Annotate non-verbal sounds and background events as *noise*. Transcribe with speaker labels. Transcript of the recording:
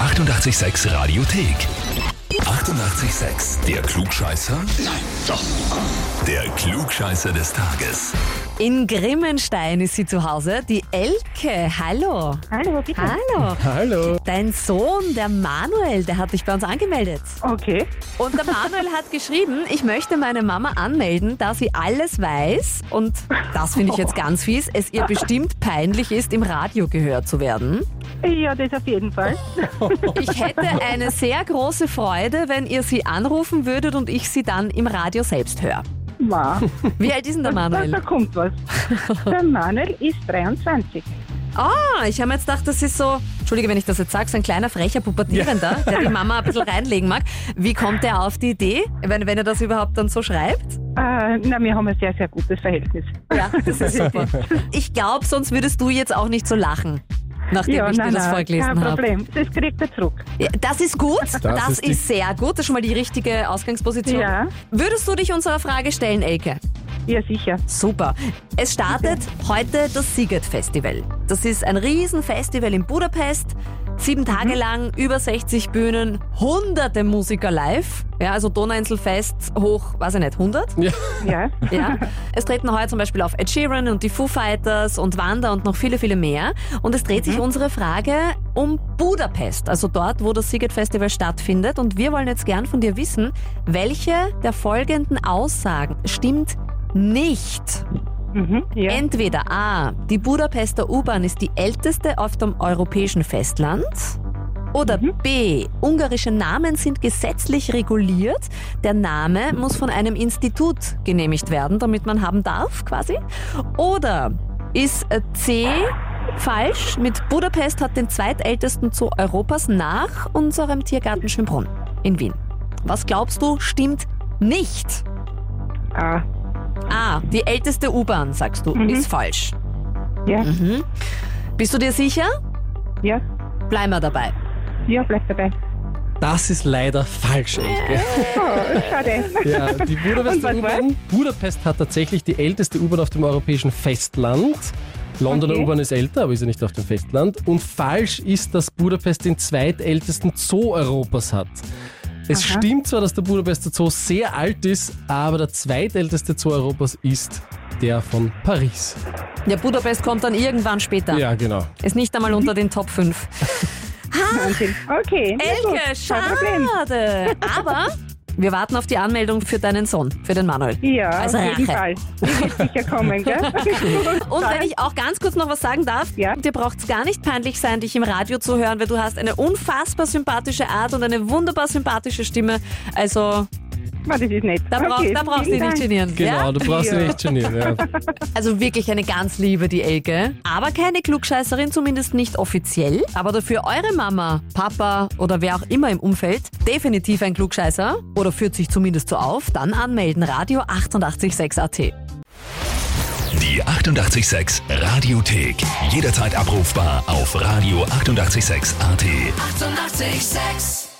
Speaker 1: 886 Radiothek. 88,6. Der Klugscheißer? Nein, doch. Der Klugscheißer des Tages.
Speaker 2: In Grimmenstein ist sie zu Hause, die Elke. Hallo.
Speaker 3: Hallo, bitte.
Speaker 2: Hallo.
Speaker 4: Hallo.
Speaker 2: Dein Sohn, der Manuel, der hat dich bei uns angemeldet.
Speaker 3: Okay.
Speaker 2: Und der Manuel hat geschrieben, ich möchte meine Mama anmelden, da sie alles weiß. Und das finde ich jetzt ganz fies, es ihr bestimmt peinlich ist, im Radio gehört zu werden.
Speaker 3: Ja, das auf jeden Fall.
Speaker 2: Ich hätte eine sehr große Freude, wenn ihr sie anrufen würdet und ich sie dann im Radio selbst höre.
Speaker 3: Ma, *laughs*
Speaker 2: Wie alt ist denn der
Speaker 3: da, da
Speaker 2: Manuel?
Speaker 3: kommt
Speaker 2: *laughs*
Speaker 3: was. Der Manuel ist 23.
Speaker 2: Ah, ich habe mir jetzt gedacht, das ist so, entschuldige, wenn ich das jetzt sage, so ein kleiner frecher Pubertierender, der die Mama ein bisschen reinlegen mag. Wie kommt der auf die Idee, wenn, wenn er das überhaupt dann so schreibt?
Speaker 3: Äh, na, wir haben ein sehr, sehr gutes Verhältnis.
Speaker 2: Ja, das ist super. Ich glaube, sonst würdest du jetzt auch nicht so lachen, nachdem ich dir das
Speaker 3: kein
Speaker 2: vorgelesen habe.
Speaker 3: Problem. Das kriegt er zurück.
Speaker 2: Ja, das ist gut, das,
Speaker 4: ist
Speaker 2: ist,
Speaker 4: die-
Speaker 2: sehr gut, das ist schon mal die richtige Ausgangsposition.
Speaker 3: Ja.
Speaker 2: Würdest du dich unserer Frage stellen, Elke?
Speaker 3: Ja, sicher.
Speaker 2: Super. Es startet heute das Sigurd-Festival. Das ist ein Riesenfestival in Budapest. Sieben Tage lang, über 60 Bühnen, hunderte Musiker live. Ja, also Donauinselfest hoch, weiß ich nicht, 100?
Speaker 3: Ja.
Speaker 2: Ja. Es treten heuer zum Beispiel auf Ed Sheeran und die Foo Fighters und Wanda und noch viele, viele mehr. Und es dreht sich unsere Frage um Budapest, also dort, wo das Sigurd Festival stattfindet. Und wir wollen jetzt gern von dir wissen, welche der folgenden Aussagen stimmt nicht.
Speaker 3: Mhm. ja.
Speaker 2: Entweder A, die Budapester U-Bahn ist die älteste auf dem europäischen Festland. Oder
Speaker 3: Mhm.
Speaker 2: B, ungarische Namen sind gesetzlich reguliert. Der Name muss von einem Institut genehmigt werden, damit man haben darf quasi. Oder ist äh, C falsch? Mit Budapest hat den zweitältesten Zoo Europas nach unserem Tiergarten Schönbrunn in Wien. Was glaubst du, stimmt nicht?
Speaker 3: Ah,
Speaker 2: Ah, die älteste U-Bahn, sagst du,
Speaker 3: Mhm.
Speaker 2: ist falsch.
Speaker 3: ja.
Speaker 2: Mhm. Bist du dir sicher?
Speaker 3: ja.
Speaker 2: Bleiben wir dabei.
Speaker 3: Ja, bleib dabei.
Speaker 4: Das ist leider falsch, Elke.
Speaker 3: Oh, schade.
Speaker 2: *laughs*
Speaker 3: *laughs*
Speaker 4: Ja, die
Speaker 3: Und was
Speaker 4: Budapester U-Bahn. Budapest hat tatsächlich die älteste U-Bahn auf dem europäischen Festland. Londoner
Speaker 3: Okay.
Speaker 4: U-Bahn ist älter, aber ist ja nicht auf dem Festland. Und falsch ist, dass Budapest den zweitältesten Zoo Europas hat. Es
Speaker 3: Aha.
Speaker 4: stimmt zwar, dass der Budapester Zoo sehr alt ist, aber der zweitälteste Zoo Europas ist der von Paris.
Speaker 2: Ja, Budapest kommt dann irgendwann später.
Speaker 4: Ja, genau.
Speaker 2: Ist nicht einmal unter den Top 5.
Speaker 3: Wahnsinn. Okay. na gut,
Speaker 2: Elke,
Speaker 3: Kein Problem.
Speaker 2: schade. Aber wir warten auf die Anmeldung für deinen Sohn, für den Manuel.
Speaker 3: Ja,
Speaker 2: Also
Speaker 3: auf jeden
Speaker 2: Rache.
Speaker 3: Fall. Die wird sicher kommen,
Speaker 2: *laughs*
Speaker 3: gell? *laughs*
Speaker 2: Und wenn ich auch ganz kurz noch was sagen darf,
Speaker 3: Ja.
Speaker 2: dir braucht es gar nicht peinlich sein, dich im Radio zu hören, weil du hast eine unfassbar sympathische Art und eine wunderbar sympathische Stimme. Also
Speaker 3: Ma, das ist nett.
Speaker 2: da, brauch,
Speaker 3: okay,
Speaker 2: da brauchst du
Speaker 3: vielen
Speaker 2: dich nicht genieren.
Speaker 3: Dank.
Speaker 4: Genau,
Speaker 2: Ja?
Speaker 4: du brauchst dich
Speaker 3: Ja.
Speaker 4: nicht genieren. Ja.
Speaker 2: Also wirklich eine ganz liebe, die Elke. Aber keine Klugscheißerin, zumindest nicht offiziell. Aber dafür eure Mama, Papa oder wer auch immer im Umfeld, definitiv ein Klugscheißer oder führt sich zumindest so auf, dann anmelden. Radio 886 AT.
Speaker 1: Die 88,6 Radiothek. Jederzeit abrufbar auf radio886.at. 88,6.
Speaker 2: 886